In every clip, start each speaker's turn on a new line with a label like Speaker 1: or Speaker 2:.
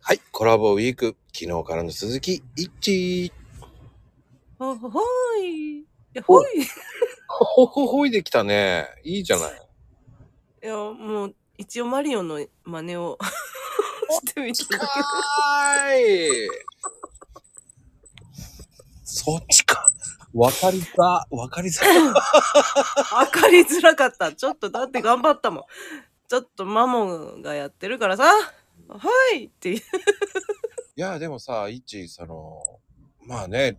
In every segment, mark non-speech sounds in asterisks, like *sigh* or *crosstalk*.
Speaker 1: はい、コラボウィーク、昨日からの続き、いっち
Speaker 2: ほほほい。いや、ほい。い
Speaker 1: ほほほほいできたね。いいじゃない。
Speaker 2: や、もう、一応マリオの真似をしてみたんだ
Speaker 1: ーいそっちか。わかりざ、わかり *laughs* ざ。
Speaker 2: けど。わかりづらかった。ちょっと、だって頑張ったもん。ちょっとマモがやってるからさ、はいって言う。
Speaker 1: いや、でもさ、いっちその、まあね、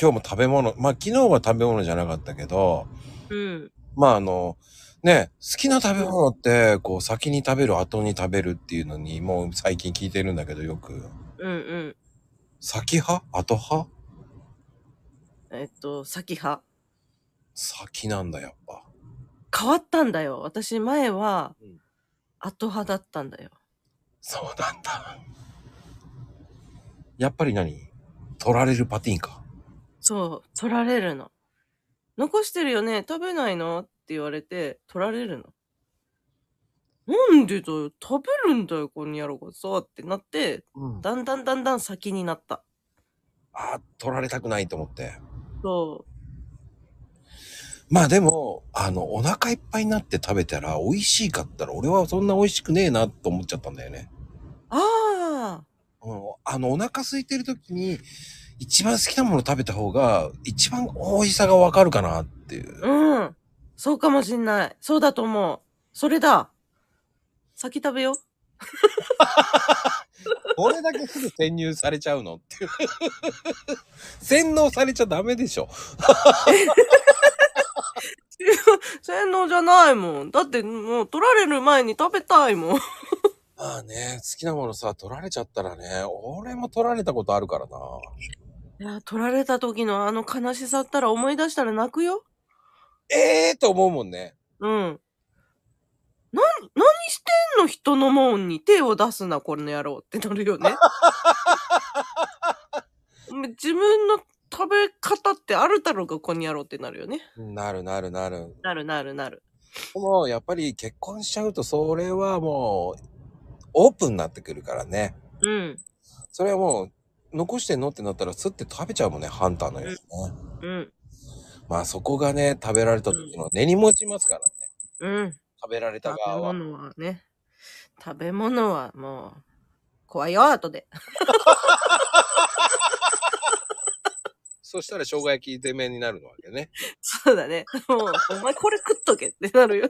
Speaker 1: 今日も食べ物、まあ昨日は食べ物じゃなかったけど、
Speaker 2: うん。
Speaker 1: まああの、ね、好きな食べ物って、こう先に食べる、後に食べるっていうのに、もう最近聞いてるんだけど、よく。
Speaker 2: うんうん。
Speaker 1: 先派後派
Speaker 2: えっと、先派。
Speaker 1: 先なんだ、やっぱ。
Speaker 2: 変わったんだよ。私前は
Speaker 1: うん、
Speaker 2: 後派だったんだよ。
Speaker 1: そうなんだ。やっぱり何取られるパティーンか。
Speaker 2: そう、取られるの。残してるよね食べないのって言われて、取られるの。なんでだよ食べるんだよ、この野郎がさ、ってなって、
Speaker 1: うん
Speaker 2: だんだんだんだん先になった。
Speaker 1: ああ、取られたくないと思って。
Speaker 2: そ
Speaker 1: まあでも、あの、お腹いっぱいになって食べたら、美味しいかったら、俺はそんな美味しくねえなと思っちゃったんだよね。
Speaker 2: う。ああ、
Speaker 1: うん、あの、お腹空いてる時に、一番好きなもの食べた方が、一番美味しさがわかるかなって *laughs* いう。
Speaker 2: うん。そうかもしんない。そうだと思う。それだ。先食べよう。
Speaker 1: これだけすぐ潜入されちゃうのっていう。 *laughs* 洗脳されちゃダメでしょ。
Speaker 2: 洗脳じゃないもん。だってもう取られる前に食べたいもん。
Speaker 1: まあね、好きなものさ、取られちゃったらね、俺も取られたことあるからな。
Speaker 2: いや、取られた時のあの悲しさったら思い出したら泣くよ。
Speaker 1: ええー、と思うもんね。
Speaker 2: うん。な、何してんの人のもんに手を出すな、この野郎ってなるよ
Speaker 1: *laughs*
Speaker 2: ね。自分の食べ方ってあるだろうが、この野郎ってなるよね。
Speaker 1: なるなるなる。
Speaker 2: なるなるなる。
Speaker 1: でも、やっぱり結婚しちゃうと、それはもう、オープンになってくるからね。
Speaker 2: うん。
Speaker 1: それはもう、残してんのってなったら、すって食べちゃうもんね、ハンターのようにね。
Speaker 2: うん。
Speaker 1: まあ、そこがね、食べられた時の根に持ちますからね。
Speaker 2: うん。
Speaker 1: 食べられた
Speaker 2: 食
Speaker 1: 側
Speaker 2: べ
Speaker 1: は。
Speaker 2: 物はね。食べ物はもう、怖いよ、後で。 *laughs*
Speaker 1: そしたら、生姜焼きでめになるわけね。
Speaker 2: そうだね。もう、お前これ食っとけってなるよ。